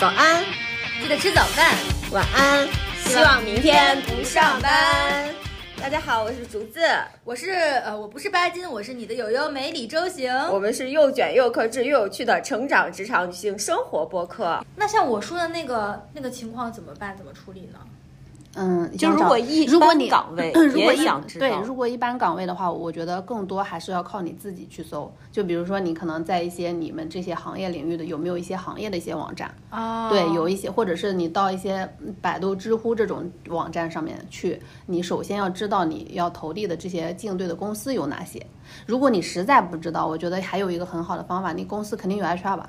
早安，记得吃早饭，晚安，希望明天不上班。大家好，我是竹子，我是呃，我不是巴金，我是你的友友美里周行。我们是又卷又克制又有趣的成长职场女性生活播客。那像我说的那个那个情况怎么办？怎么处理呢？嗯，就如果一如果般你岗位 如果也一想知对道，如果一般岗位的话，我觉得更多还是要靠你自己去搜。就比如说，你可能在一些你们这些行业领域的，有没有一些行业的一些网站？啊对，哦有一些，或者是你到一些嗯百度、知乎这种网站上面去，你首先要知道你要投递的这些竞对的公司有哪些。如果你实在不知道，我觉得还有一个很好的方法，你公司肯定有 HR 吧，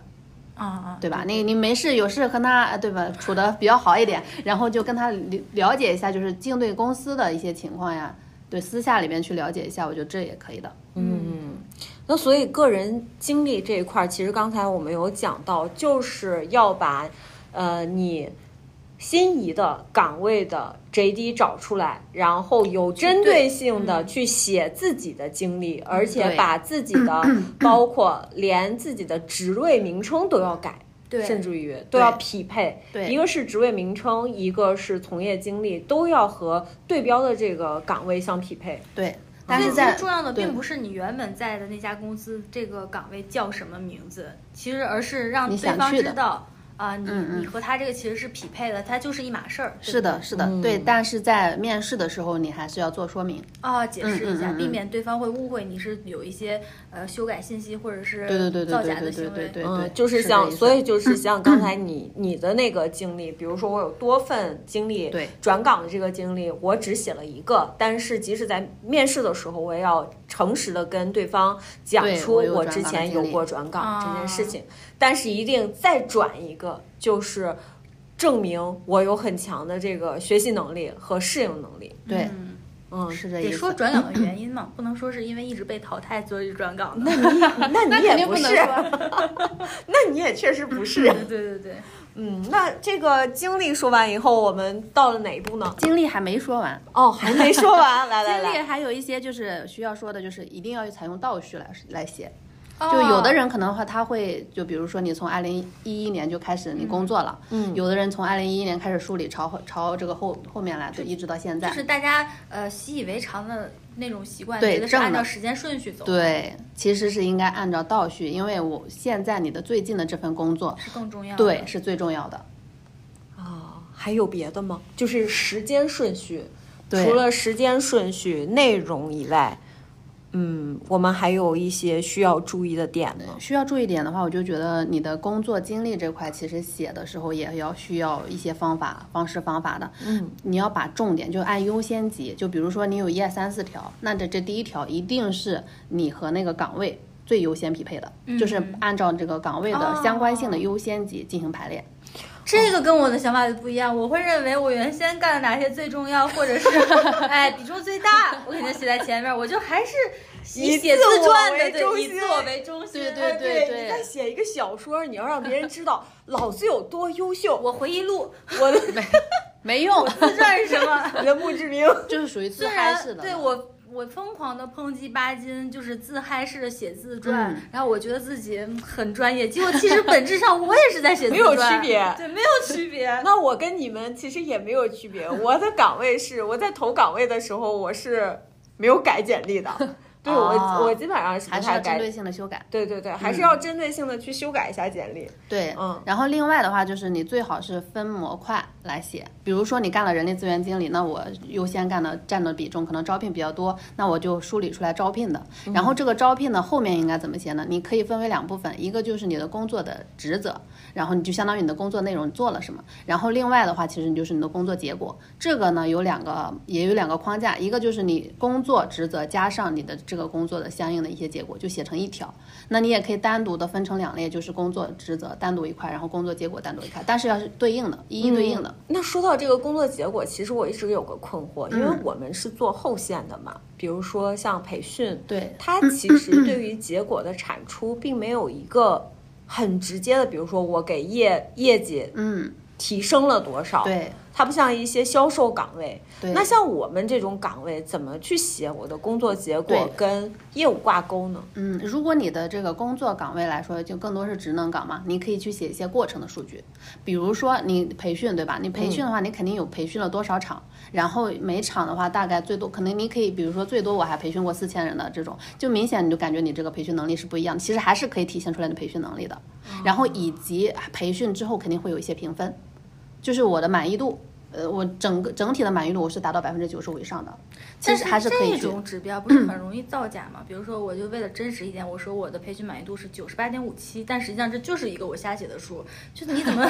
啊啊，对吧？那你没事有事和他，呃对吧，处的比较好一点，然后就跟他了了解一下，就是竞对公司的一些情况呀，对，私下里面去了解一下，我觉得这也可以的。嗯那所以个人经历这一块儿，其实刚才我们有讲到，就是要把呃你心仪的岗位的 JD 找出来，然后有针对性的去写自己的经历，而且对把自己的包括连自己的职位名称都要改。对甚至于都要匹配，对一个是职位名称，一个是从业经历，都要和对标的这个岗位相匹配。对，但所以是其实在重要的对并不是你原本在的那家公司这个岗位叫什么名字，其实而是让你对想方去知的道啊，你嗯嗯你和他这个其实是匹配的，它就是一码事儿。对是不的，对是的，对，但是在面试的时候，你还是要做说明。啊，解释一下，嗯嗯嗯避免对方会误会你是有一些呃修改信息或者是对对对对造对假对的对行对为。对，嗯对，就是像，这个意思所以就是像刚 才你你的那个经历，比如说我有多份经历，对转岗的这个经历，我只写了一个，但是即使在面试的时候，我也要诚实的跟对方讲对出我有我转之岗的前经有历哦过转岗这啊件事情，但是一定再转一个，就是证明我有很强的这个学习能力和适应能力。对，嗯 嗯，是这意得思。说转岗的原因嘛，不能说是因为一直被淘汰所以转岗 的。那你也不是，说。 那你也确实不 是。对对对，嗯，那这个经历说完以后，我们到了哪一步呢？经历还没说完，哦，还没说完，来来经历来，还有一些就是需要说的，就是一定要采用倒叙来来写。哦就有的人可能会他会就比如说你从二零一一年就开始你工作了，嗯，有的人从二零一一年开始梳理朝后朝这个后后面来，就一直到现在哦就。是大家呃习以为常的那种习惯，对觉得是正的按照时间顺序走。，对，其实是应该按照倒序，因为我现在你的最近的这份工作，是更重要的。对，是最重要的。啊，还有别的吗？就是时间顺序，对除了时间顺序、内容以外，嗯，我们还有一些需要注意的点呢。需要注意点的话，我就觉得你的工作经历这块，其实写的时候也要需要一些方法、方式、方法的。嗯，你要把重点就按优先级，就比如说你有一二三四条，那这这第一条一定是你和那个岗位最优先匹配的，就是按照这个岗位的相关性的优先级进行排列。这个跟我的想法就不一样，我会认为我原先干的哪些最重要，或者 是哎比重最大，我肯定写在前面。我就还是以以写自我传的，为中对，以心自我为中心。对对哎对对你在写一个小说，你要让别人知道老子有多优秀。我回忆录我的没用，自传是什么？我的墓志铭， 就是属于自虽嗨然式的。对我我疯狂的抨击巴金，就是自嗨式的写自传，嗯然后我觉得自己很专业，结果其实本质上我也是在写自没传，有区别。对，没有区别。那我跟你们其实也没有区别。我的岗位是我在投岗位的时候，我是没有改简历 的。对我，哦我基本上是不还是要太针改。对性嗯的修改。对对对，还是要针对性的去修改一下简历。对，嗯然后另外的话就是你最好是分模块来写，比如说你干了人力资源经理，那我优先干的占的比重可能招聘比较多，那我就梳理出来招聘的。然后这个招聘呢后面应该怎么写呢？你可以分为两部分，一个就是你的工作的职责，然后你就相当于你的工作内容你做了什么，然后另外的话其实你就是你的工作结果。这个呢有两个也有两个框架，一个就是你工作职责加上你的这个工作的相应的一些结果，就写成一条。那你也可以单独的分成两类，就是工作职责单独一块，然后工作结果单独一块，但是要是对应的，一一对应的。那说到这个工作结果，其实我一直有个困惑，因为嗯我们是做后线的嘛，比如说像培训，对它其实对于结果的产出并没有一个很直接的，比如说我给业业绩嗯，提升了多少，对它不像一些销售岗位。对那像我们这种岗位，怎么去写我的工作结果对跟业务挂钩呢？嗯，如果你的这个工作岗位来说，就更多是职能岗嘛，你可以去写一些过程的数据，比如说你培训，对吧？你培训的话，你肯定有培训了多少场，然后每场的话大概最多，可能你可以，比如说最多我还培训过四千人的这种，就明显你就感觉你这个培训能力是不一样，其实还是可以体现出来你培训能力的。然后以及培训之后肯定会有一些评分，就是我的满意度。呃，我整个整体的满意度我是达到百分之九十五以上的， 其但实还是可以这去种指标不是很容易造假吗？比如说，我就为了真实一点，我说我的培训满意度是九十八点五七，但实际上这就是一个我瞎写的数。就是你怎 么，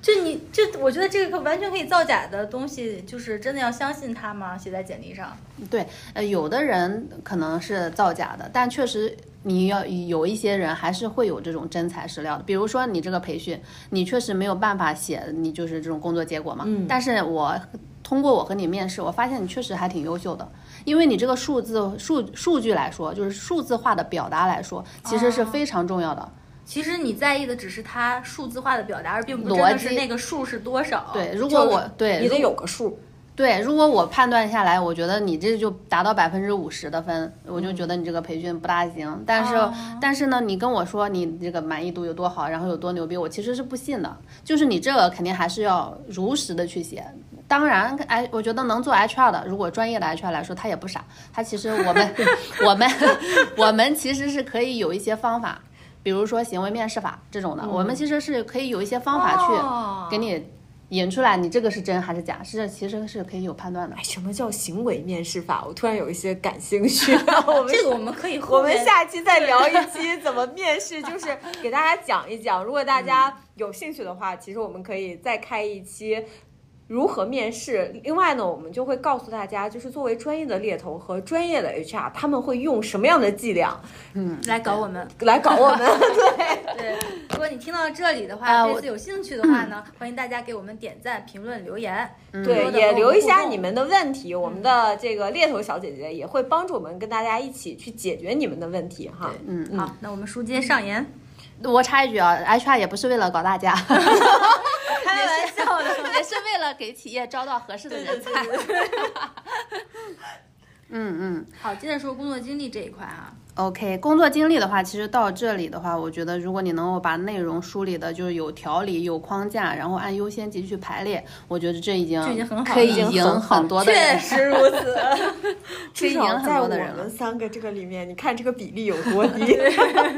就你就我觉得这个完全可以造假的东西，就是真的要相信它吗？写在简历上，对，呃，有的人可能是造假的，但确实你要有一些人还是会有这种真材实料的。比如说你这个培训，你确实没有办法写你就是这种工作结果嘛，但是我。通过我和你面试，我发现你确实还挺优秀的，因为你这个数字数数据来说，就是数字化的表达来说，其实是非常重要的。其实你在意的只是它数字化的表达，而并不逻真的是辑那个数是多少。对，，如果我对你如得有个数。对，如果我判断下来，我觉得你这就达到百分之五十的分，我就觉得你这个培训不大行。但是，但是呢，你跟我说你这个满意度有多好，然后有多牛逼，我其实是不信的。就是你这个肯定还是要如实的去写。当然，哎，我觉得能做 HR 的，如果专业的 HR 来说，他也不傻，他其实我们我们我们其实是可以有一些方法。比如说行为面试法这种的，我们其实是可以有一些方法哦去给你引出来，你这个是真还是假，是其实是可以有判断的哎，。什么叫行为面试法？我突然有一些感兴 趣。我们这哦个我们可以后我们面下期再聊一期怎么面试，就是给大家讲一讲。如果大嗯家有兴趣的话，其实我们可以再开一期如何面试。另外呢，我们就会告诉大家，就是作为专业的猎头和专业的 HR，他们会用什么样的伎俩来搞我们。来搞我们。对， 对，如果你听到这里的话，啊对我此有兴趣的话呢，欢迎大家给我们点赞、评论、留言。对，多地也跟我留们一互下动你们的问题，我们的这个猎头小姐姐也会帮助我们跟大家一起去解决你们的问题哈。嗯，嗯好，那我们书接上言，我插一句啊，HR 也不是为了搞大 家，开玩笑的。也是为了给企业招到合适的 人才。嗯嗯好，接着说工作经历这一块啊， ，OK，工作经历的话，其实到这里的话，我觉得如果你能够把内容梳理的，就是有条理、有框架，然后按优先级去排列，我觉得这已经这已经很好了可以已经赢很好很多的人。实如此。可以 至赢少很在多我的人了们三个这个里面，你看这个比例有 多低。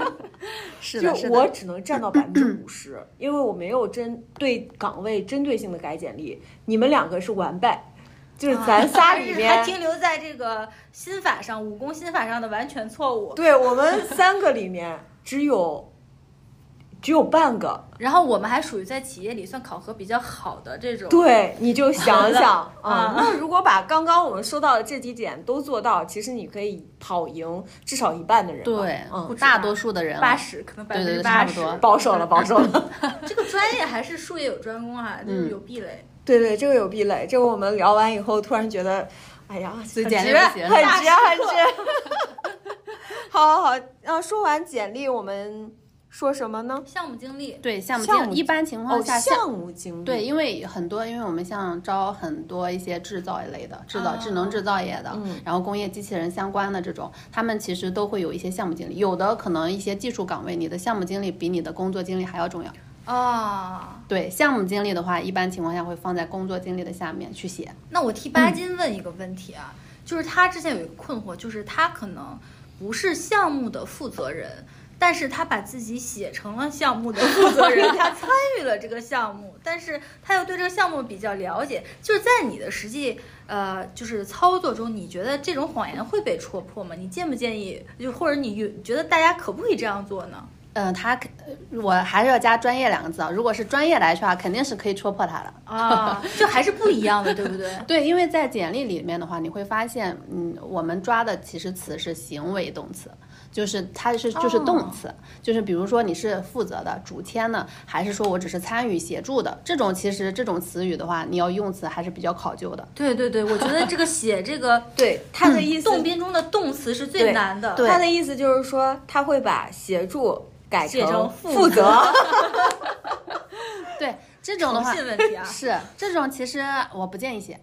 是就的，是我的，只能占到百分之五十，因为我没有针对岗位针对性的改简历。你们两个是完败，就是啊咱仨里还面，停留在这个心法上，武功心法上的完全错误。对我们三个里面只有只有半个。然后我们还属于在企业里算考核比较好的这种。对，你就想想 啊啊，那如果把刚刚我们说到的这几点都做到，其实你可以跑赢至少一半的人了。对，嗯，大多数的人了啊八十可能百对分对之对八差十不，多保 守了，保守了。这个专业还是术业有专攻啊，嗯就是有壁垒。对对，这个有壁垒。这个我们聊完以后，突然觉得，哎呀，所以很简直历不行很直，很直。好好好，啊，说完简历，我们说什么呢？项目经历，对项目项经目一般情况哦，下，项目经理。对，，因为很多，因为我们像招很多一些制造一类的，制造、智能制造业的，嗯然后工业机器人相关的这种，他们其实都会有一些项目经理，有的可能一些技术岗位，你的项目经理比你的工作经理还要重要。哦，对，项目经理的话，一般情况下会放在工作经理的下面去写。那我替巴金问一个问题啊，就是他之前有一个困惑，就是他可能不是项目的负责人，但是他把自己写成了项目的负责人，他参与了这个项目，但是他又对这个项目比较了解。就是在你的实际呃，就是操作中，你觉得这种谎言会被戳破吗？你建不建议，就或者你有觉得大家可不可以这样做呢？嗯、他肯我还是要加专业两个字啊，如果是专业来说啊，肯定是可以戳破他的。 啊，就还是不一样的，对不对？对，因为在简历里面的话，你会发现，嗯，我们抓的其实词是行为动词，就是它是就是动词，哦就是比如说你是负责的、主签的，还是说我只是参与协助的，这种其实这种词语的话，你要用词还是比较考究的。 对对对，我觉得这个写这个嗯对他的意思，动宾中的动词是最对难的。对他的意思就是说，他会把协助改写成负负责。对，这种的话诚信问题啊，是这种，其实我不建议写，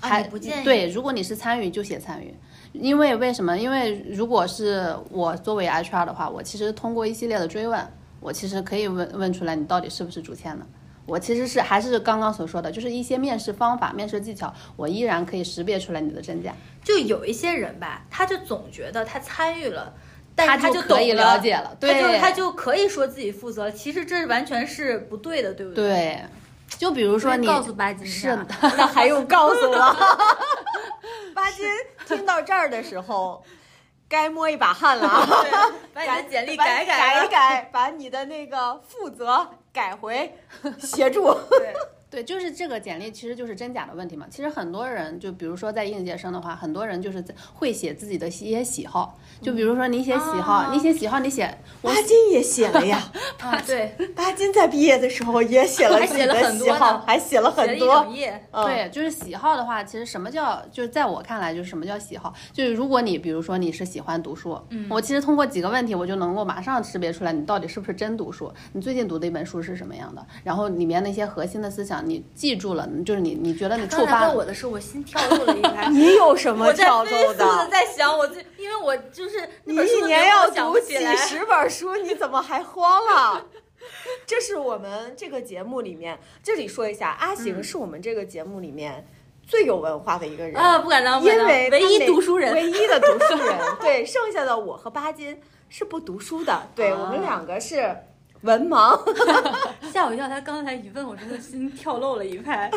啊还你不建议对，如果你是参与就写参与，因为为什么？因为如果是我作为 HR 的话，我其实通过一系列的追问，我其实可以问问出来你到底是不是竹签的。我其实是还是刚刚所说的，就是一些面试方法、面试技巧，我依然可以识别出来你的真假，就有一些人吧，他就总觉得他参与了，但他是他就懂可以了解了。他就对，他就可以说自己负责了，其实这完全是不对的，对不对？对，就比如我说你告诉巴金是的， 那还用告诉我？巴金 听到这儿的时候，该摸一把汗了啊。把你的简历把改啊改了一改，把你的那个负责改 回协助。对，对，就是这个简历其实就是真假的问题嘛。其实很多人就比如说在应届生的话，很多人就是在会写自己的一些喜好，就比如说你写喜好，哦啊你写喜好，你写我巴金也写了 呀，啊对，巴金在毕业的时候也写了自己还写了的很多喜好，呢还写了写了很一多整。页，嗯，。对，就是喜好的话，其实什么叫就是在我看来就是什么叫喜好，就是如果你比如说你是喜欢读书，嗯，我其实通过几个问题我就能够马上识别出来你到底是不是真读书，你最近读的一本书是什么样的，然后里面那些核心的思想你记住了，就是你你觉得你触 刚才发问了，我的时候，我心跳漏了一拍 你有什么我在挑飞逗速的？在想，我最因为我就是你那本书一的年名字要我想读不起几来，十本书，你怎么还慌了？ 这是我们这个节目里面，这里说一下，阿行嗯是我们这个节目里面最有文化的一个人啊，不敢当，不因敢当为唯他一每读书人，唯一的读书人，对，剩下的我和巴金是不读书的，对、啊我们两个是文 盲，吓我一跳。他刚才一问，我真的心跳漏了一拍。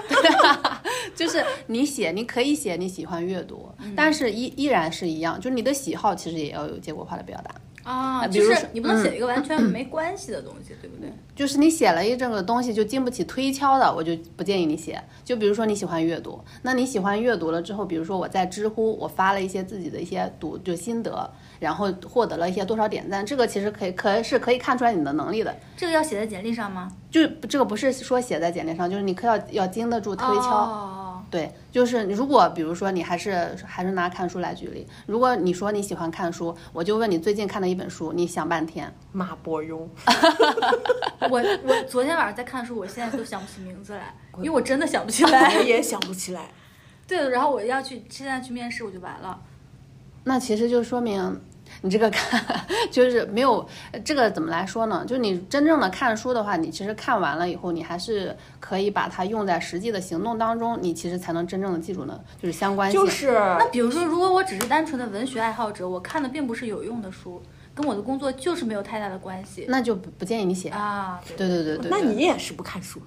就是你写，你可以写你喜欢阅读，但是依依然是一样，就是你的喜好其实也要有结果化的表达。啊，比就如是说你不能写一个完全没关系的东西，对不对？就是你写了一这个东西就经不起推敲的，我就不建议你写。就比如说你喜欢阅读，那你喜欢阅读了之后，比如说我在知乎我发了一些自己的一些读就心得，然后获得了一些多少点赞，这个其实可以可是可以看出来你的能力的。这个要写在简历上吗？就这个不是说写在简历上，就是你可要要经得住推敲。哦对，就是如果比如说你还是还是拿看书来举例，如果你说你喜欢看书，我就问你最近看的一本书，你想半天，马伯庸，哦我我昨天晚上在看书，我现在都想不起名字 来，因为我真的想不起来。 我也想不起来。对，然后我要去现在去面试，我就完了。那其实就说明你这个看 就是没有呃这个怎么来说呢？就你真正的看书的话，你其实看完了以后，你还是可以把它用在实际的行动当中，你其实才能真正的记住呢，就是相关性。就是那比如说，如果我只是单纯的文学爱好者，我看的并不是有用的书，跟我的工作就是没有太大的关系那就不不建议你写。啊。对对对对对，那对你也是不看书？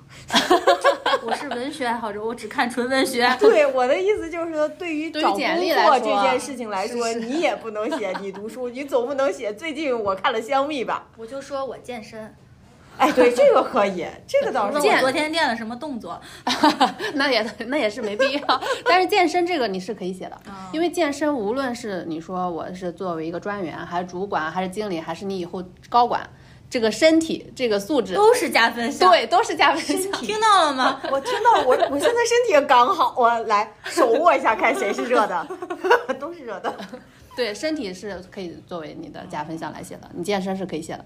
我是文学爱好者，我只看纯文学。对，我的意思就是说，对于对于找简工历来作说啊这件事情来说，是是你也不能写你读 书，你总不能写最近我看了香蜜吧？ 我就说我健身，哎，对，这个可以，这个倒问是我昨天练了什么动作， 那也那也是没必要，但是健身这个你是可以写的，嗯因为健身无论是你说我是作为一个专员，还是主管，还是经理，还是你以后高管，这个身体这个素质，都是加分项。，对，都是加分项。听到了吗？我听到我我现在身体也刚好，我来手握一下，看谁是热 的，都是热的。对，身体是可以作为你的加分项来写的，你健身是可以写的。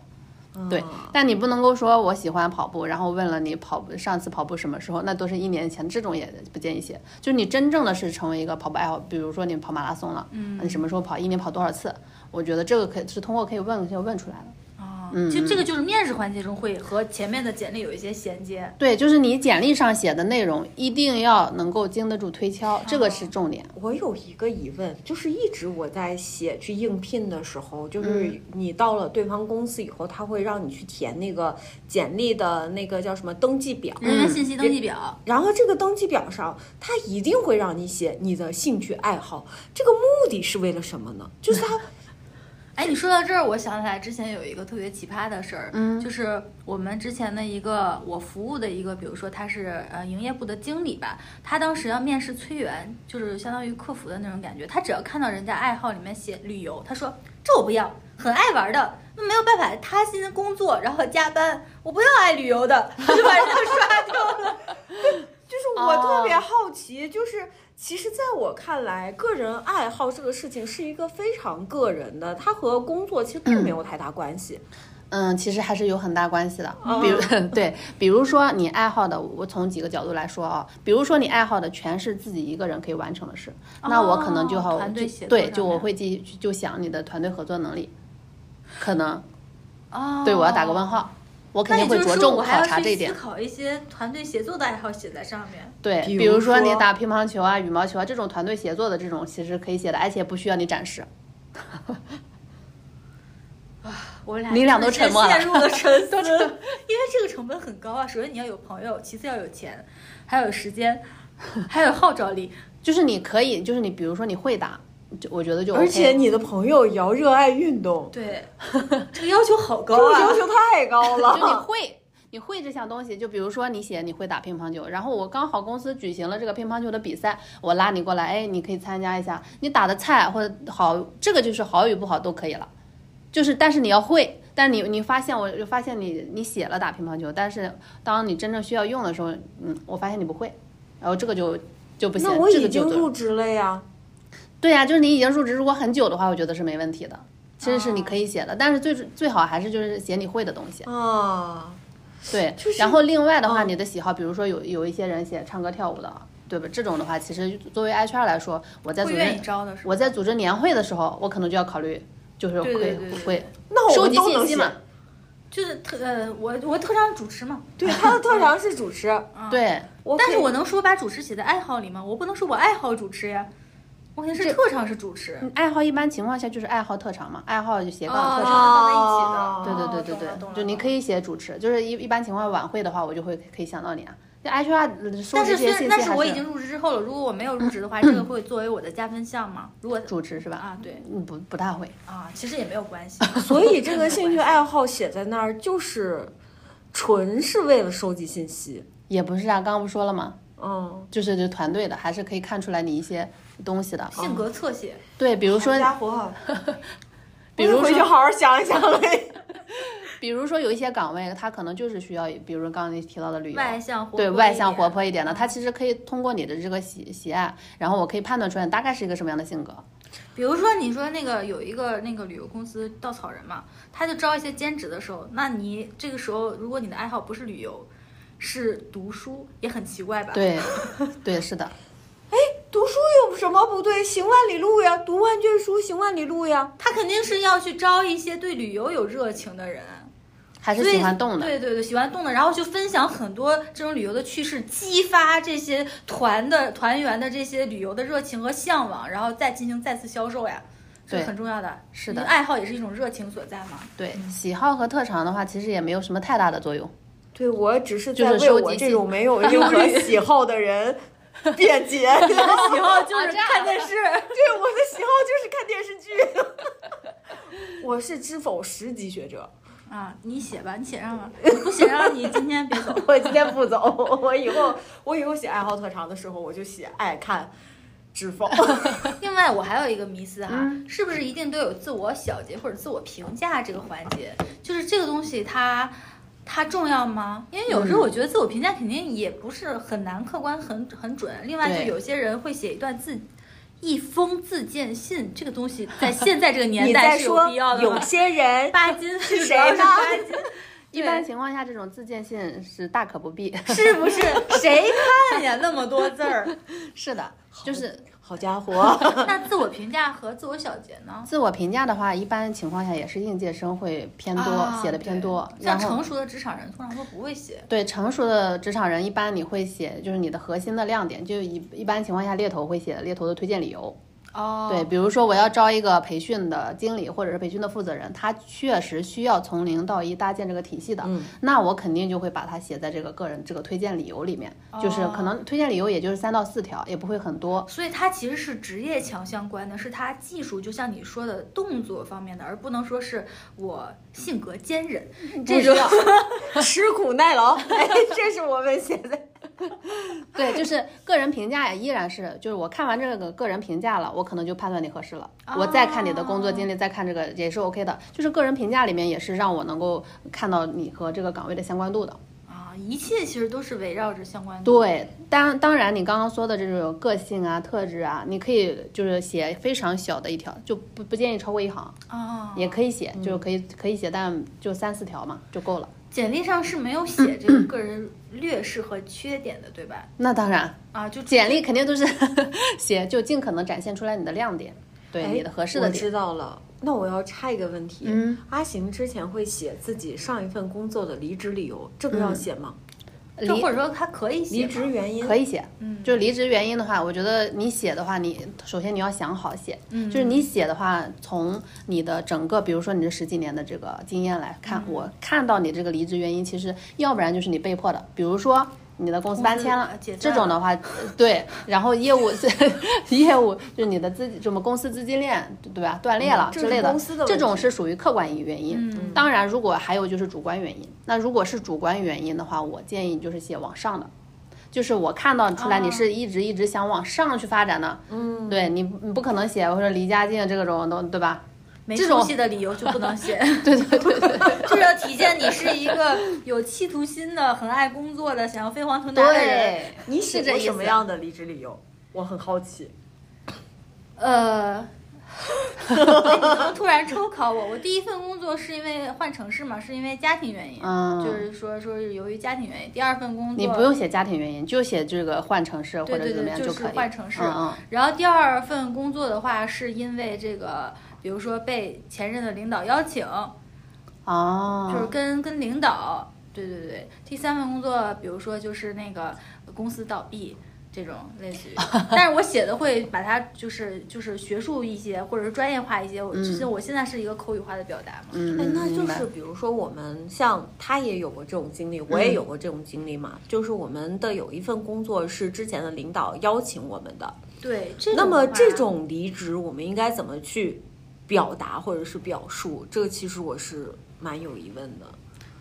对，但你不能够说我喜欢跑步，然后问了你跑步上次跑步什么时候，那都是一年前，这种也不建议写。就是你真正的是成为一个跑步爱好，比如说你跑马拉松了，嗯，你什么时候跑，一年跑多少次，我觉得这个可以是通过可以问就问出来的。啊，嗯其实这个就是面试环节中会和前面的简历有一些衔接。对，就是你简历上写的内容一定要能够经得住推敲，这个是重点。我有一个疑问，就是一直我在写去应聘的时候，就是你到了对方公司以后，他会让你去填那个简历的那个叫什么登记表，嗯人员信息登记表，然后这个登记表上，他一定会让你写你的兴趣爱好，这个目的是为了什么呢？ 就是他哎，你说到这儿，我想起来之前有一个特别奇葩的事儿，嗯，就是我们之前的一个我服务的一个，比如说他是呃营业部的经理吧，他当时要面试催员，就是相当于客服的那种感觉，他只要看到人家爱好里面写旅游，他说这我不要，很爱玩的。那没有办法，他现在工作，然后加班，我不要爱旅游的，他就把人家 刷掉了。就是我特别好奇，就是其实在我看来，个人爱嗯好这个事情是一个非常个人的，它和工作其实并没有太大关系。嗯，其实还是有很大关系的。哦比如、 对，比如说你爱好的，我从几个角度来说啊，比如说你爱好的全是自己一个人可以完成的事，那我可能就好哦团队就协作对，上就我面会记就想你的团队合作能力，可能哦，对我要打个问。号，我肯那定也就是会着说，重我还考要察这一去点思。考一些团队协作的爱好写在上面。对，比比如如说你说打乒乓球啊、羽毛球啊这种团队协作的这种，其实可以写的，而且不需要你展示。我俩你俩都沉默了真的陷入了 沉思，因为这个成本很高啊。首先你要有朋友，其次要有钱，还有时间，还有号召力。就是你可以，就是你，比如说你会打，就我觉得就 OK, 而且你的朋友也要热爱运动，对，这个要求好高这个啊！要求太高就 你了。会。你会这项东西，就比如说你写你会打乒乓球，然后我刚好公司举行了这个乒乓球的比赛，我拉你过来，哎，你可以参加一下，你打的菜或者好，这个就是好与不好都可以了，就是但是你要会，但是你你发现我就发现你你写了打乒乓球，但是当你真正需要用的时候，嗯，我发现你不会，然后这个就就不行，那我这已个就经对入职了呀，对呀、就是你已经入职如果很久的话，我觉得是没问题的，其实是哦你可以写的，但是最最好还是就是写你会的东西。啊，对，就是然后另外的话，嗯你的喜好，比如说有有一些人写唱歌跳舞的，对吧？这种的话，其实作为 HR 来说，我在组会织愿意招的是吧？我在组织年会的时候，我可能就要考虑，就是会对对对对会那我收们集都信能息写嘛。，就是特呃，我我特长主持嘛，对，他的特长是主 持，嗯，对，我但可是以 我能说把主持写在爱好里吗？我不能说我爱好主持呀，我肯定是特长是主持。嗯爱好一般情况下就是爱好特长嘛，爱好就斜杠哦特长。放在对一起的，哦对对对懂了懂对，了就你可以写主持，就是一一般情况下晚会的话，我就会可以想到你啊。那 HR 收但集是虽这些然信息但还我已经入职之后了，如果我没有入职 的话，这个会作为我的加分项吗？如果主持是吧？啊，对嗯，不不大会。啊，其实也没有关 系。所以这个兴趣爱好写在那儿，就是纯是为了收集信息。也不是啊，刚刚不说了吗？嗯，就是这团队的，还是可以看出来你一些东西的。性格侧写，对，比如说，家 伙啊，比如我得回去说，好好想一想嘞。比如说有一些岗位，它可能就是需要，比如说刚刚你提到的旅游，外向活泼，嗯哦对外向活。泼一点的，它其实可以通过你的这个喜喜爱，然后我可以判断出来你大概是一个什么样的性格。比如说你说那个有一个那个旅游公司稻草人嘛，他就招一些兼职的时候，那你这个时候如果你的爱好不是旅游，是读书，也很奇怪吧？， 对，对，是的，读书有什么不对？行万里路呀，读万卷书，行万里路呀。他肯定是要去招一些对旅游有热情的人。还是所以喜欢动的。对对对，喜欢动的，然后就分享很多这种旅游的趣事，激发这些团的团员的这些旅游的热情和向往，然后再进行再次销售呀，这对是很重要的。是你的爱好也是一种热情所在嘛。对，喜好和特长的话，其实也没有什么太大的作用。对我只是就在是为收集我这信种没有任何喜好的人辩 解。对，我的喜好喜好就是啊这样看 电视，就是看电视剧。 我是知否十级学者，啊，你写吧，你写上吧，不写上你今天别走。我今天不走， 我以后我以后写爱好特长的时候，我就写爱看知否。另外，我还有一个迷思哈，嗯是不是一定都有自我小结或者自我评价这个环节？就是这个东西它。它重要吗？因为有时嗯候我觉得自我评价肯定也不是很难客观、很很准。另外，对就有些人会写一段自一封自荐信，这个东西 在现在这个年你代在是有说必要的有吗？些人巴 金是主要谁是呢巴金，一般情况下，这种自荐信是大可不必。 是不是？谁看呀那么多字儿？是的，就是 好家伙，那自我评价和自我小结呢？自我评价的话，一般情况下也是应届生会偏多，啊写的偏对多。然像后成熟的职场人通常都不会写。对成熟的职场人，一般你会写就是你的核心的亮点，就一一般情况下猎头会写猎头的推荐理由。哦，对，比如说我要招一个培训的经理或者是培训的负责人，他确实需要从零到一搭建这个体系的，嗯那我肯定就会把它写在这个个人这个推荐理由里面，就是可能推荐理由也就是三到四条，也不会很多。所以它其实是职业强相关的，是它技术，就像你说的动作方面的，而不能说是我性格坚韧嗯这种。吃苦耐劳， 哎，这是我们写的。 对，就是个人评价呀，依然是就是我看完这个个人评价了，我可能就判断你合适了。我再看你的工作经哦历，再看这个也是 OK 的。就是个人评价里面也是让我能够看到你和这个岗位的相关度的。啊，长，一切其实都是围绕着相关的。，对，当当然，你刚刚说的这种个性啊、特质啊，你可以就是写非常小的一条，就不不建议超过一行，哦啊，也可以写，嗯就是可以可以写，但就三四条嘛就够了。简历上是没嗯有写这个个人劣势和缺点的，对吧？那当然，啊，就简历肯定都是 写，就尽可能展现出来你的亮点，对哎你的合适的我点。知道了。那我要插一个问题，嗯阿行之前会写自己上一份工作的离职理由，这个要写吗？就离或者说他可以嗯写离嘛职原因可以写，嗯就离职原因的话，我觉得你写的话，你首先你要想好写，嗯就是你写的话，从你的整个，比如说你这十几年的这个经验来嗯看，我看到你这个离职原因，其实要不然就是你被迫的，比如说。你的公司公司搬迁了呃解，这散种了的话，呃对，然后业务 业务就是你的资什么公司资金链，对吧？断裂了这之是类的公司的，这问种题是属于客观原因。嗯当然，如果还有就是主观原因，那如果是主观原因的话，我建议你就是写往上的，就是我看到出来哦你是一直一直想往上去发展的，嗯，对你你不可能写我说离家近这种东对吧？ 没这出种息的理由就不能写， 对对对对就是要体现你是一个有企图心的、很爱工作的、想要飞黄腾达的人。对，你是写这过意什么思样的离职理由？我很好奇。 呃，哎你怎么突然抽考我？我第一份工作是因为换城市嘛，是因为家庭原因，嗯就是说说是由于家庭原因。第二份工作你不用写家庭原因，就写这个换城市或对者对怎么对，样就是可以。换城市。嗯嗯，然后第二份工作的话，是因为这个，比如说被前任的领导邀请，哦，就是跟跟领导。对对对，第三份工作，比如说就是那个公司倒闭这种类似于， 但是我写的会把它就是就是学术一些，或者是专业化一些。我其实我现在是一个口语化的表达嘛。嗯，哎，那就明白是比如说我们像他也有过这种经历，我也有过这种经历嘛。就是我们的有一份工作是之前的领导邀请我们的，对，这那么的话这种离职我们应该怎么去表达或者是表述？这个其实我是蛮有疑问的。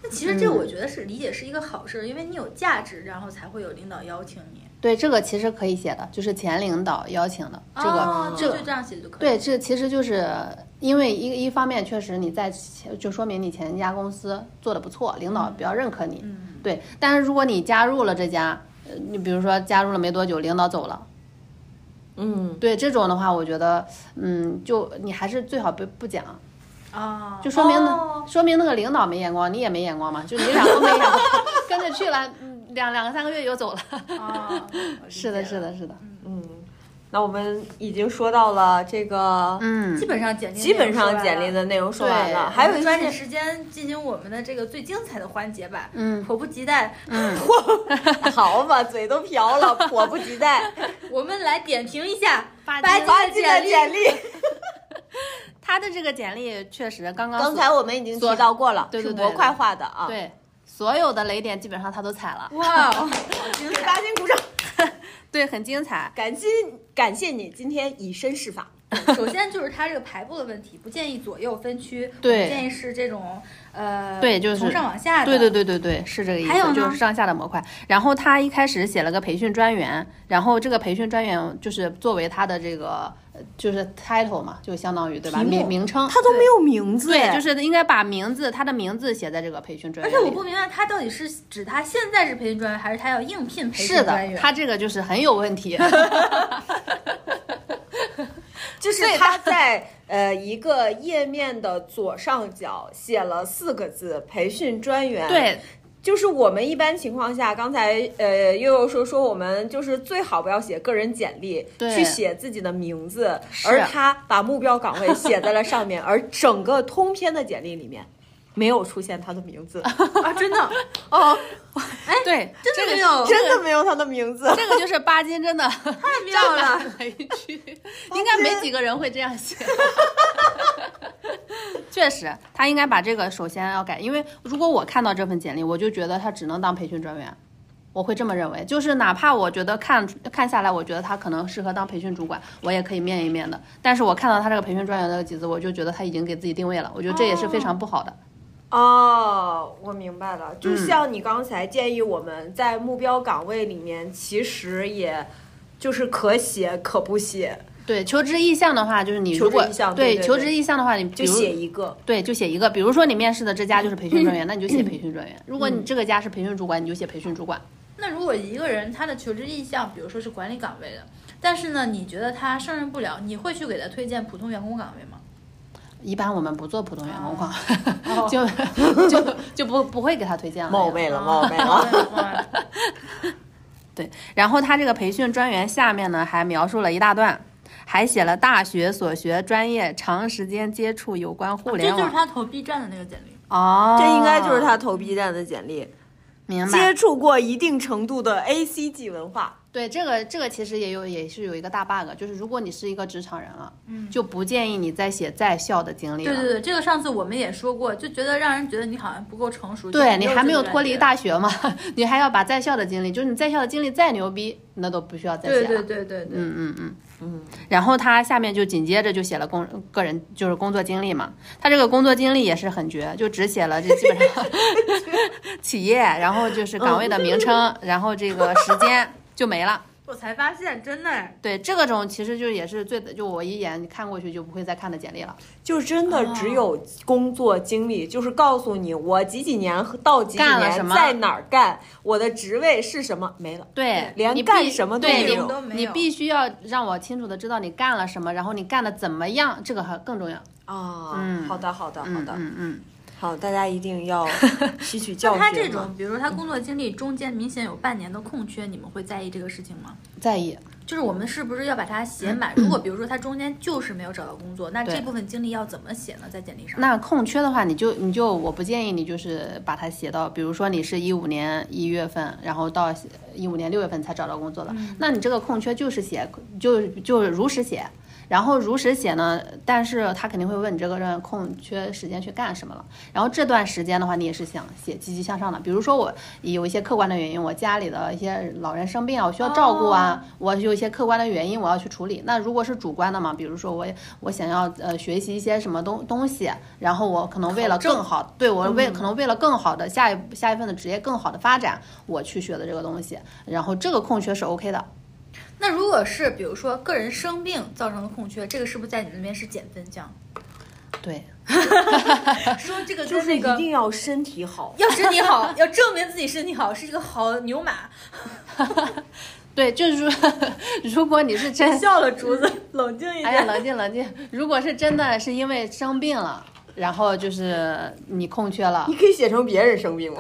那其实这我觉得是理解是一个好事，因为你有价值，然后才会有领导邀请你。对这个其实可以写的，就是前领导邀请的这个哦，这就个就这样写就可以。对，，这其实就是因为一一方面，确实你在前就说明你前一家公司做的不错，领导比较认可你。嗯对，但是如果你加入了这家，呃，你比如说加入了没多久，领导走了，嗯，对这种的话，我觉得，嗯，就你还是最好不不讲，啊，就说明、哦说明那个领导没眼光，你也没眼光嘛，就你俩都没眼光， 跟着去了，嗯两两个三个月又走了。 哦，我理是的，解是了，的，是的，嗯那我们已经说到了这个，嗯基本上简历基本内容上说完简历了的内容说完了，对还有一抓紧些时间进行我们的这个最精彩的环节吧。嗯迫不及待，好吧，嘴都瓢了，迫不及待。我们来点评一下八八级级的的简简历。历，他的这个简历确实刚刚刚所才我们已经提到过了，对对是对模块化的啊。，对所有的雷点基本上他都踩了，哇哦，给八星鼓掌，对，很精彩。感谢感谢你今天以身试法。首先就是它这个排布的问题，不建议左右分区，对我们建议是这种呃，对就是从上往下的，对对对对对，是这个意还有呢思，就是上下的模块。然后他一开始写了个培训专员，然后这个培训专员就是作为他的这个呃就是 title 嘛，就相当于对吧？题目名名哎称。都没有名字对，就是是应该把名字，他的名字写在这个培训专而员且里。我不明白他到底是指他现在是培训专员，还是他要应聘培是训专的，员？他这个就是很有问题。就是他在呃一个页面的左上角写了四个字“培训专员”。。 对，就是我们一般情况下，刚才呃悠悠说说我们就是最好不要写个人简历，对去写自己的名字，而他把目标岗位写在了上面，而整个通篇的简历里面没有出现他的名字 啊，真的哦，对，真的没有，真的没有他的名 字，哎这个就是巴金真的太 妙了，雷区，应该啊没几个人会这样写。 确实，他应该把这个首先要改，因为如果我看到这份简历，我就觉得他只能当培训专员，我会这么认为。就是哪怕我觉得看看下来，我觉得他可能适合当培训主管，我也可以面一面的。但是我看到他这个培训专员的几字，我就觉得他已经给自己定位了，我觉得这也是非常不好的。哦，我明白了，就像你刚才建议我们在目标岗位里面，其实也就是可写可不写，对求职意向的话，就是你求如职果意向对对对求对职意向的话，你比就如写一个，对，就写一个。比如说你面试的这家就是培训专员，那你就写培训专员。如果嗯你这个家是培训主管，你就写培训主管。那如果一个人他的求职意向，比如说是管理岗位的，但是呢，你觉得他胜任不了，你会去给他推荐普通员工岗位吗？一般我们不做普通员工框， 就就就不不会给他推荐了。冒昧啊了，冒昧啊了。 对，然后他这个培训专员下面呢还描述了一大段，还写了大学所学专业长时间接触有关啊互这联就是网。他投 B 站的那个简历。哦，嗯这应该就是他投 B 站的简历，明白接。触过一定程度的 A C G 文化。对，这个这个其实也有也是有一个大 bug，就是如果你是一个职场人了，嗯就不建议你再写在校的经历了。对对对，这个上次我们也说过，就觉得让人觉得你好像不够成熟，对就你幼稚还没有的脱感离觉。大学嘛， 你还要把在校的经历，就是你在校的经历再牛逼，那都不需要再对写了。对对对对，嗯嗯嗯嗯。然后他下面就紧接着就写了工个人就是工作经历嘛，他这个工作经历也是很绝，就只写了这基本上 企业，然后就是岗位的名称，嗯然后这个时间就没了。我才发现真的哎，对，这种其实就也是最就我一眼看过去就不会再看的简历了，就真的只有工作经历，就是告诉你我几几年到几几干了什年么在哪儿干，我的职位是什么，没了。对，连你必干什么都没对你有都没你有必须要让我清楚的知道你干了什么，然后你干的怎么样，这个还更重要。啊嗯好的，好的，好嗯的，嗯嗯，好，大家一定要吸取教像训。啊他这，种，比如说他工作经历中间明显有半年的空缺，你们会在意这个事情吗？在意就是我们是不是要把它写 满？如果比如说他中间就是没有找到工作，那对这部分经历要怎么写呢？在简历上？那空缺的话，你就你就我不建议你就是把它写到，比如说你是一五年一月份，然后到一五年六月份才找到工作的，那你这个空缺就是写就就如实写。然后如实写呢，但是他肯定会问你这个人空缺时间去干什么了。然后这段时间的话，你也是想写积极向上的，比如说我有一些客观的原因，我家里的一些老人生病啊，我需要照顾啊，我有一些客观的原因我要去处理。那如果是主观的嘛，比如说我我想要呃学习一些什么东东西，然后我可能为了更好，嗯对我为可能为了更好的下一步下一份的职业更好的发展，我去学的这个东西，然后这个空缺是 OK 的。那如果是比如说个人生病造成的空缺，这个是不是在你那边是减分 项？对，说这个就跟是那一个定要身体好。要身体好， 要证明自己身体好是一个好牛马。对，就是说如果你是真笑了，竹子，冷静一哎呀，冷静冷静。如果是真的是因为生病了，然后就是你空缺了你，可以写成别人生病了，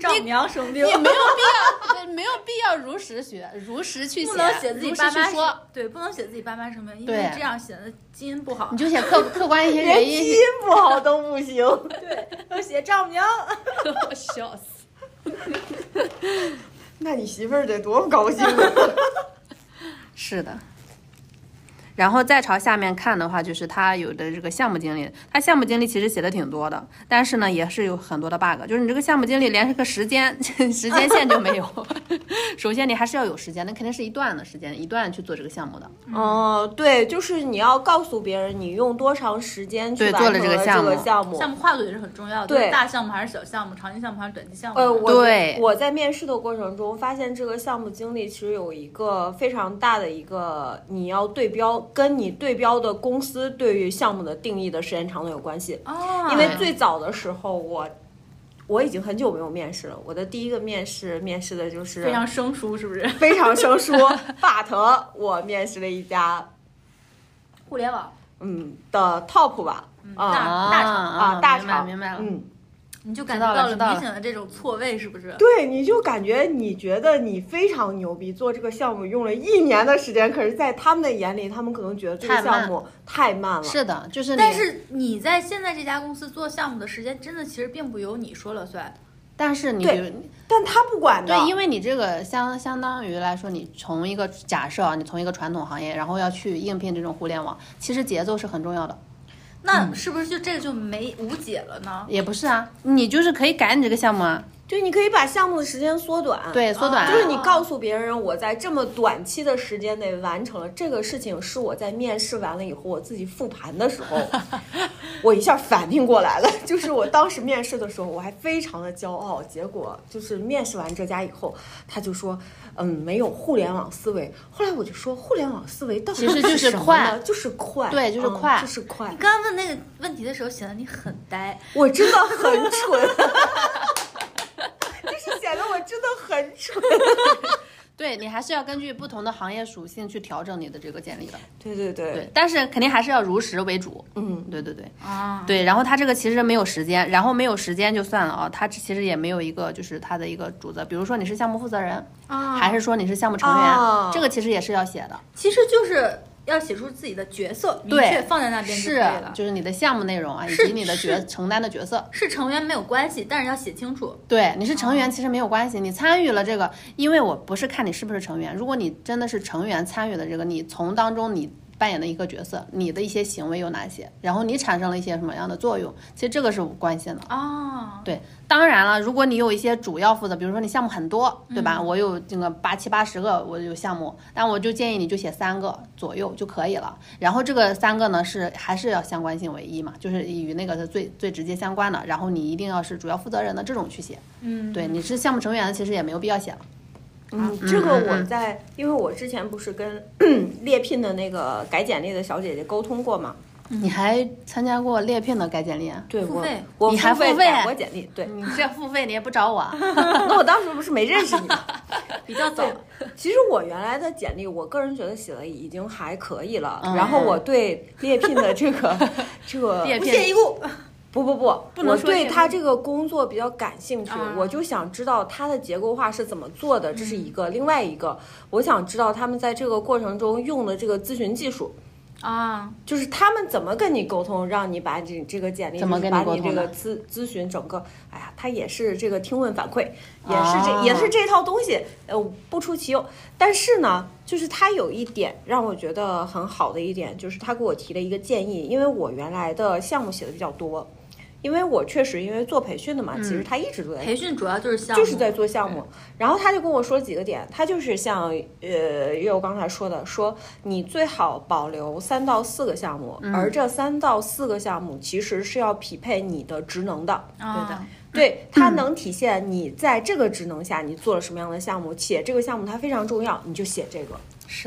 丈母娘生病 也没有必要，对没有必要如实学，如实去写，不能写自己如爸实妈去说生，对，不能写自己爸妈生病，因对为这样显得基因不好你。就写客客观一些连原因基。因不好都不行。 要 写丈母娘， 我笑死。那你媳妇儿得多高兴啊！是的。然后再朝下面看的话，就是他有的这个项目经理，他项目经理其实写的挺多的，但是呢也是有很多的 bug，就是你这个项目经理连这个时间 时间线就没有。 首先你还是要有时间，那肯定是一段的时间，一段去做这个项目的。哦、对，就是你要告诉别人你用多长时间去对完成做了这个项项目。目项目跨度也是很重要的，对就是大项目还是小项目，长期项目还是短期项目。呃，我对我在面试的过程中发现，这个项目经理其实有一个非常大的一个，你要对标跟你对标的公司对于项目的定义的时间长短有关系。哦，嗯因为最早的时候我，我已经很久没有面试了，我的第一个面试面试的就是非常生疏，是不是？非常生疏 ，but 我面试了一家互联网，嗯的 top 吧，啊、嗯大大厂啊大明白厂明白了。嗯，你就感知觉道了到知道了明显的这种错位，是不是？对，你就感觉你觉得你非常牛逼，做这个项目用了一年的时间，可是，在他们的眼里，他们可能觉得这个太慢项目太慢了。是的，就是你但是你在现在这家公司做项目的时间，真的其实并不由你说了算。但是你比对如但他不管的，对，因为你这个相相当于来说，你从一个假设啊，你从一个传统行业，然后要去应聘这种互联网，其实节奏是很重要的。那是不是就这个就没无解了呢？也不是啊，你就是可以改你这个项目啊，就你可以把项目的时间缩短，对，缩短。啊就是你告诉别人，我在这么短期的时间内完成了这个事情，是我在面试完了以后，我自己复盘的时 候，我一下反应过来了。 就是我当时面试的时候，我还非常的骄傲，结果就是面试完这家以后，他就说，嗯，没有互联网思维。后来我就说，互联网思维到底其实就是什么呢？就是快，对就是嗯快就是快你。刚刚问那个问题的时候，显得你很呆。我真的很蠢， 就是显得我真的很蠢。 对你还是要根据不同的行业属性去调整你的这个简历的。对对对，对，但是肯定还是要如实为主。嗯，对对对。啊，对，然后他这个其实没有时间，然后没有时间就算了啊，他其实也没有一个就是他的一个主责，比如说你是项目负责人，啊还是说你是项目成员，哦这个其实也是要写的，其实就是要写出自己的角色，明对确放在那边就可以是啊了。就是你的项目内容啊，以是及你的角是承担的角色。是成员没有关系，但是要写清楚。对，你是成员其实没有关系，你参与了这个，因为我不是看你是不是成员，如果你真的是成员参与了这个，你从当中你扮演的一个角色，你的一些行为有哪些，然后你产生了一些什么样的作用，其实这个是无关系的。哦，对，当然了，如果你有一些主要负责，比如说你项目很多，嗯对吧？我有这个八七八十个，我有项目，但我就建议你就写三个左右就可以了。然后这个三个呢是还是要相关性为一嘛，就是与那个是最最直接相关的。然后你一定要是主要负责人的这种去写。嗯，对，你是项目成员的，其实也没有必要写了。啊嗯，这个我在，因为我之前不是跟 猎聘的那个改简历的小姐姐沟通过嘛，你还参加过猎聘的改简历啊？对付我费，我你还付费付费啊改嗯过简历，对，你这付费你也不 找我啊？那我当时不是没认识你吗？比较早。其实我原来的简历，我个人觉得写的已经还可以了，然后我对猎聘的这个这个猎不聘屑一顾。不不不，不能我说对全他部这个工作比较感兴趣，啊我就想知道它的结构化是怎么做的，这是一个。另外一个，我想知道他们在这个过程中用的这个咨询技术，啊，就是他们怎么跟你沟通，让你把你这个简历，怎么跟你就是沟把通这的个咨咨询整个，哎呀，他也是这个听问反馈，也是这、哦也是这套东西，呃，不出其右。但是呢，就是他有一点让我觉得很好的一点，就是他给我提了一个建议，因为我原来的项目写的比较多，因为我确实因为做培训的嘛，其嗯实他一直都在培训主要就是项目，就是在做项目。然后他就跟我说了几个点，他就是像呃，也有刚才说的，说你最好保留三到四个项目，嗯而这三到四个项目其实是要匹配你的职能的。啊对的对，嗯它能体现你在这个职能下你做了什么样的项目，且这个项目它非常重要，你就写这个。是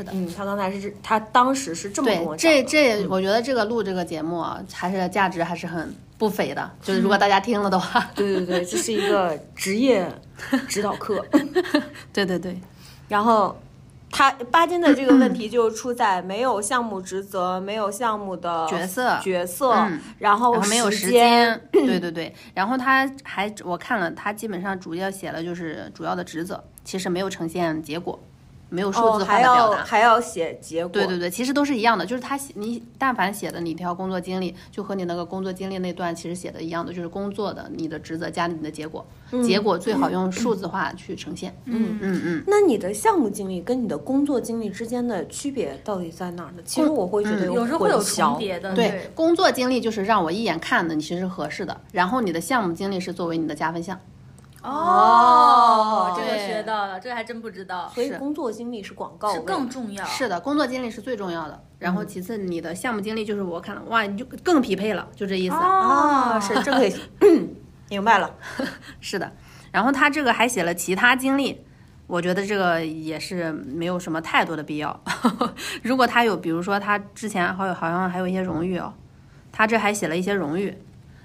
的。嗯，他刚才是他当时是这么跟对我，讲的。这嗯这，我觉得这个录这个节目啊，还是价值还是很不菲的。就是 如果大家听了的话，对对对，这是一个职业指导课。对对对，然后他巴金的这个问题就出在没有项目职责，没有项目的角色角色，嗯然后然后没有时时间， 对对对。然后他还我看了，他基本上主要写了就是主要的职责，其实没有呈现结果，没有数哦，字化还的表要达。还要写结果，对对对，其实都是一样的，就是他写你但凡写的你条工作经历，就和你那个工作经历那段其实写的一样的，就是工作的你的职责加你的结果，结果最好用数字化去呈现。嗯嗯嗯，那你的项目经历跟你的工作经历之间的区别到底在哪儿呢？其实我会觉得有时候会混有淆重叠的，嗯对，工作经历就是让我一眼看的你其实是合适的，然后你的项目经历是作为你的加分项。哦，这个对学到了，这个还真不知道，所以是工作经历是广告是位更重要。是的，工作经历是最重要的，然嗯后其次你的项目经历就是我看了，哇，你就更匹配了，就这意思。哦啊，是这个也 明白了，是的，然后他这个还写了其他经历，我觉得这个也是没有什么太多的必要。 如果他有，比如说他之前好有好像还有一些荣誉哦，他这还写了一些荣誉。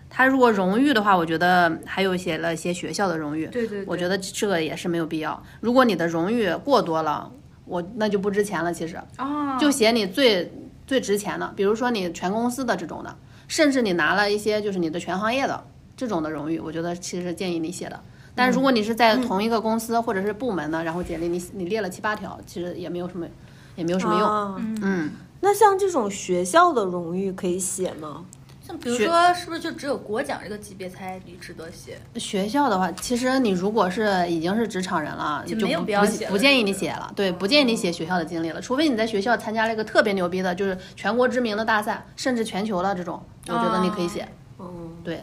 他如果荣誉的话，我觉得还有写了一些学校的荣誉，对对对我觉得这个也是没有必要。如果你的荣誉过多了，我那就不值钱了。其实，哦，就写你最最值钱的，比如说你全公司的这种的，甚至你拿了一些就是你的全行业的这种的荣誉，我觉得其实建议你写的。但如果你是在嗯同一个公司或者是部门的，然后简历你你列了七八条，其实也没有什么，也没有什么用。啊哦嗯，那像这种学校的荣誉可以写吗？像比如学说，是不是就只有国奖这个级别才离值得写？学校的话，其实你如果是已经是职场人了，就就没有不必要写了哦不，不建议你写了。对，不建议你写学校的经历了，除非你在学校参加了一个特别牛逼的，就是全国知名的大赛，甚至全球的这种，我觉得你可以写。嗯，对，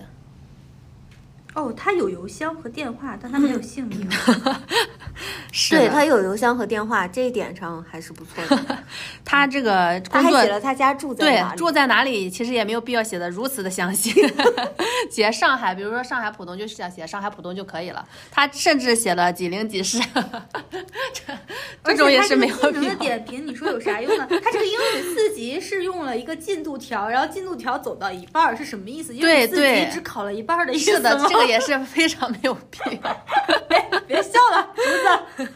哦，他有邮箱和电话，但他没有姓 名。是对的他有邮箱和电话，这一点上还是不错的。 他这个他工还作写了他家住在对哪里，住在哪里，其实也没有必要写的如此的详细。 写上海，比如说上海浦东，就想写上海浦东就可以了。他甚至写了几零几室， 这这种也是没有而且他这个技必能的要。点评，你说有啥用呢？他这个英语四级是用了一个进度条，然后进度条走到一半儿是什么意思？英语对四对级只考了一半儿的意思是的吗，这个也是非常没有必 要。别笑了，竹子，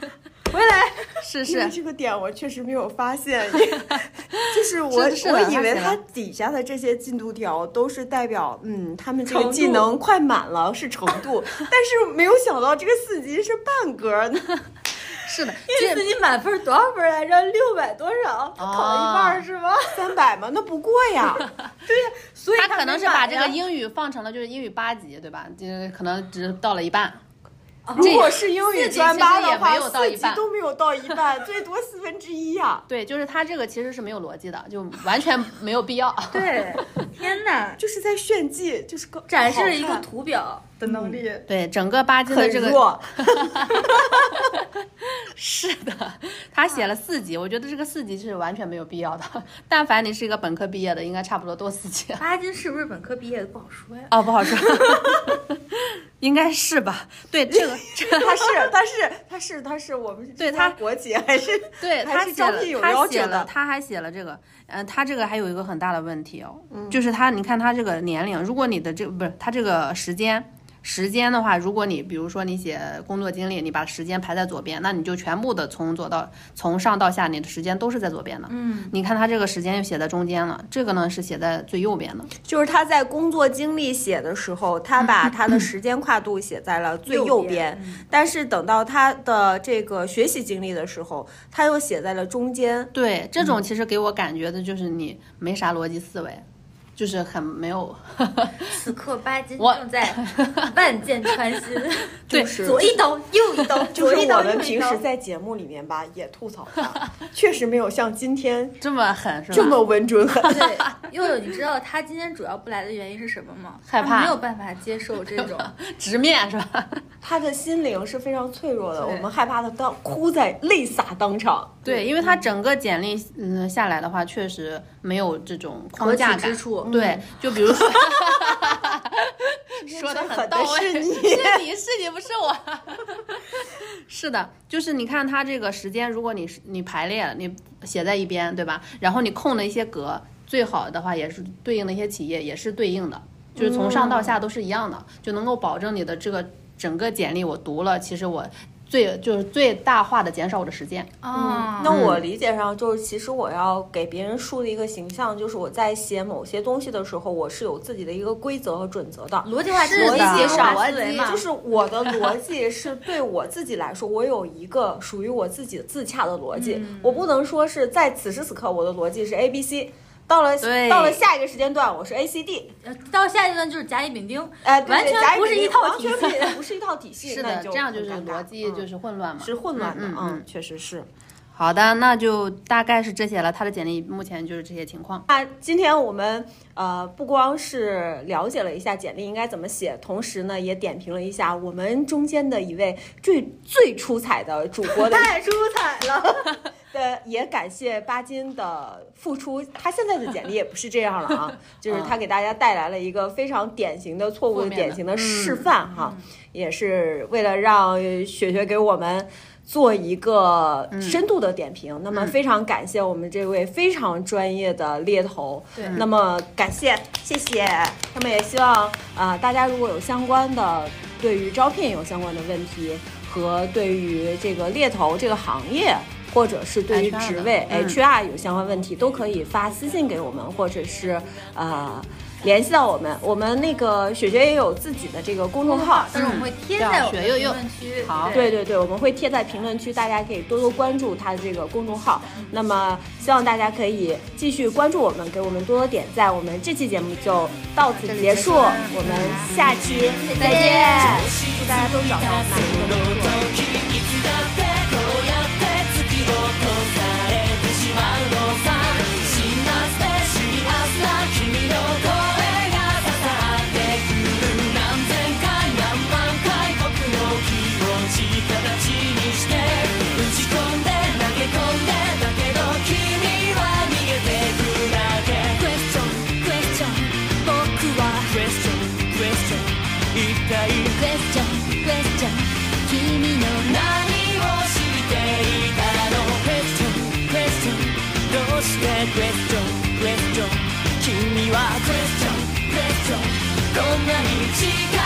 回来。是因为是，这个点我确实没有发 现，就是我是是的我以为发它现了底下的这些进度条都是代表，嗯，他们这个程技度能快满了是程 度，但是没有想到这个四级是半格呢。是的，这这自己满分多少分来着？六百多少？他考了一半哦儿是吗？三百吗？那不过 呀。所以他可没能是把满这呀个英语放成了就是英语八级，对吧？这可能只到了一半。如果是英语专八的话，四级其实也没有到四一级半都没有到一半，最多四分之一啊。对，就是他这个其实是没有逻辑的，就完全没有必要。 对，天哪！就是在炫技，就是个展示了一好个看图表，的能力。对，整个八级的很这 个弱，是的，他写了四级，我觉得这个四级是完全没有必要的。但凡你是一个本科毕业的，应该差不多都四级。巴金是不是本科毕业的不好说呀？哦，不好说， 应该是吧？对这个，他是他是他是他是我们是对这他家国企还是对还他是写招了聘有，他要写求了，的他还写了这个，嗯、他这个还有一个很大的问题哦，嗯就是他，你看他这个年龄，如果你的这不是他这个时间。时间的话，如果你比如说你写工作经历，你把时间排在左边，那你就全部的从左到从上到下，你的时间都是在左边的。嗯，你看他这个时间又写在中间了，这个呢是写在最右边的。 就是他在工作经历写的时候，他把他的时间跨度写在了最右右边边，嗯但是等到他的这个学习经历的时候，他又写在了中间。对，这嗯种其实给我感觉的就是你没啥逻辑思维，就是很没有。 此刻巴金我正 在万箭穿 心，对就是左一刀右一 刀，就是左一我刀们右一平刀时。在节目里面吧也吐槽 他，确实没有像今天这么狠是吧？这么稳准 狠。对， 悠悠，你知道他今天主要不来的原因是什么吗？害怕他没有办法接受这 种，直面是吧？他的心灵是非常脆弱的，对我们害怕他当哭在泪洒当场。对，因为他整个简历嗯下来的话，确实没有这种框架可取感之处。对，就比如说，说最的很狠到的位，是你 是你是你不是我。 是的，就是你看他这个时间，如果你是你排列了，你写在一边，对吧？然后你空的一些格，最好的话也是对应的一些企业也是对应的，就是从上到下都是一样的，就能够保证你的这个整个简历我读了，其实我最就是最大化的减少我的时间。嗯嗯啊，那我理解上就是，其实我要给别人树立一个形象，就是我在写某些东西的时候，我是有自己的一个规则和准则的。逻辑化是的逻辑上逻思维辑嘛就是我的逻辑是对我自己来说，我有一个属于我自己自洽的逻辑，嗯我不能说是在此时此刻我的逻辑是 A B C，到了对到了下一个时间段我是 A C D，呃到下一段就是甲乙丙丁，哎，对完全对甲乙不是丙一丁套完体全系不是不是一套体系。是那的，这样就是很尴尬逻辑就嗯是混乱嘛。是混乱的，嗯嗯嗯确实是。好的，那就大概是这些了。他的简历目前就是这些情况。那今天我们呃不光是了解了一下简历应该怎么写，同时呢也点评了一下我们中间的一位最最出彩的主 播的太出彩了！呃，也感谢巴金的付出。他现在的简历也不是这样了啊， 就是他给大家带来了一个非常典型的错误负的、面的嗯典型的示范哈，也是为了让雪雪给我们。做一个深度的点评，那么非常感谢我们这位非常专业的猎头。对那么感谢，谢谢。那么也希望啊、呃大家如果有相关的对于招聘有相关的问题，和对于这个猎头这个行业，或者是对于 HR 职位的嗯 HR 有相关问题，都可以发私信给我们，或者是呃联系到我们。我们那个雪雪也有自己的这个公众号，但是我们会贴在我们的评论区。好对对对，我们会贴在评论区，大家可以多多关注他的这个公众号。那么希望大家可以继续关注我们，给我们多多点赞。我们这期节目就到此结束，我们下期再见。祝大家都找到满意的工作。 「何千回何万回」クエスチョンクエスチョン君はクエスチョンクエスチョンどんなに違う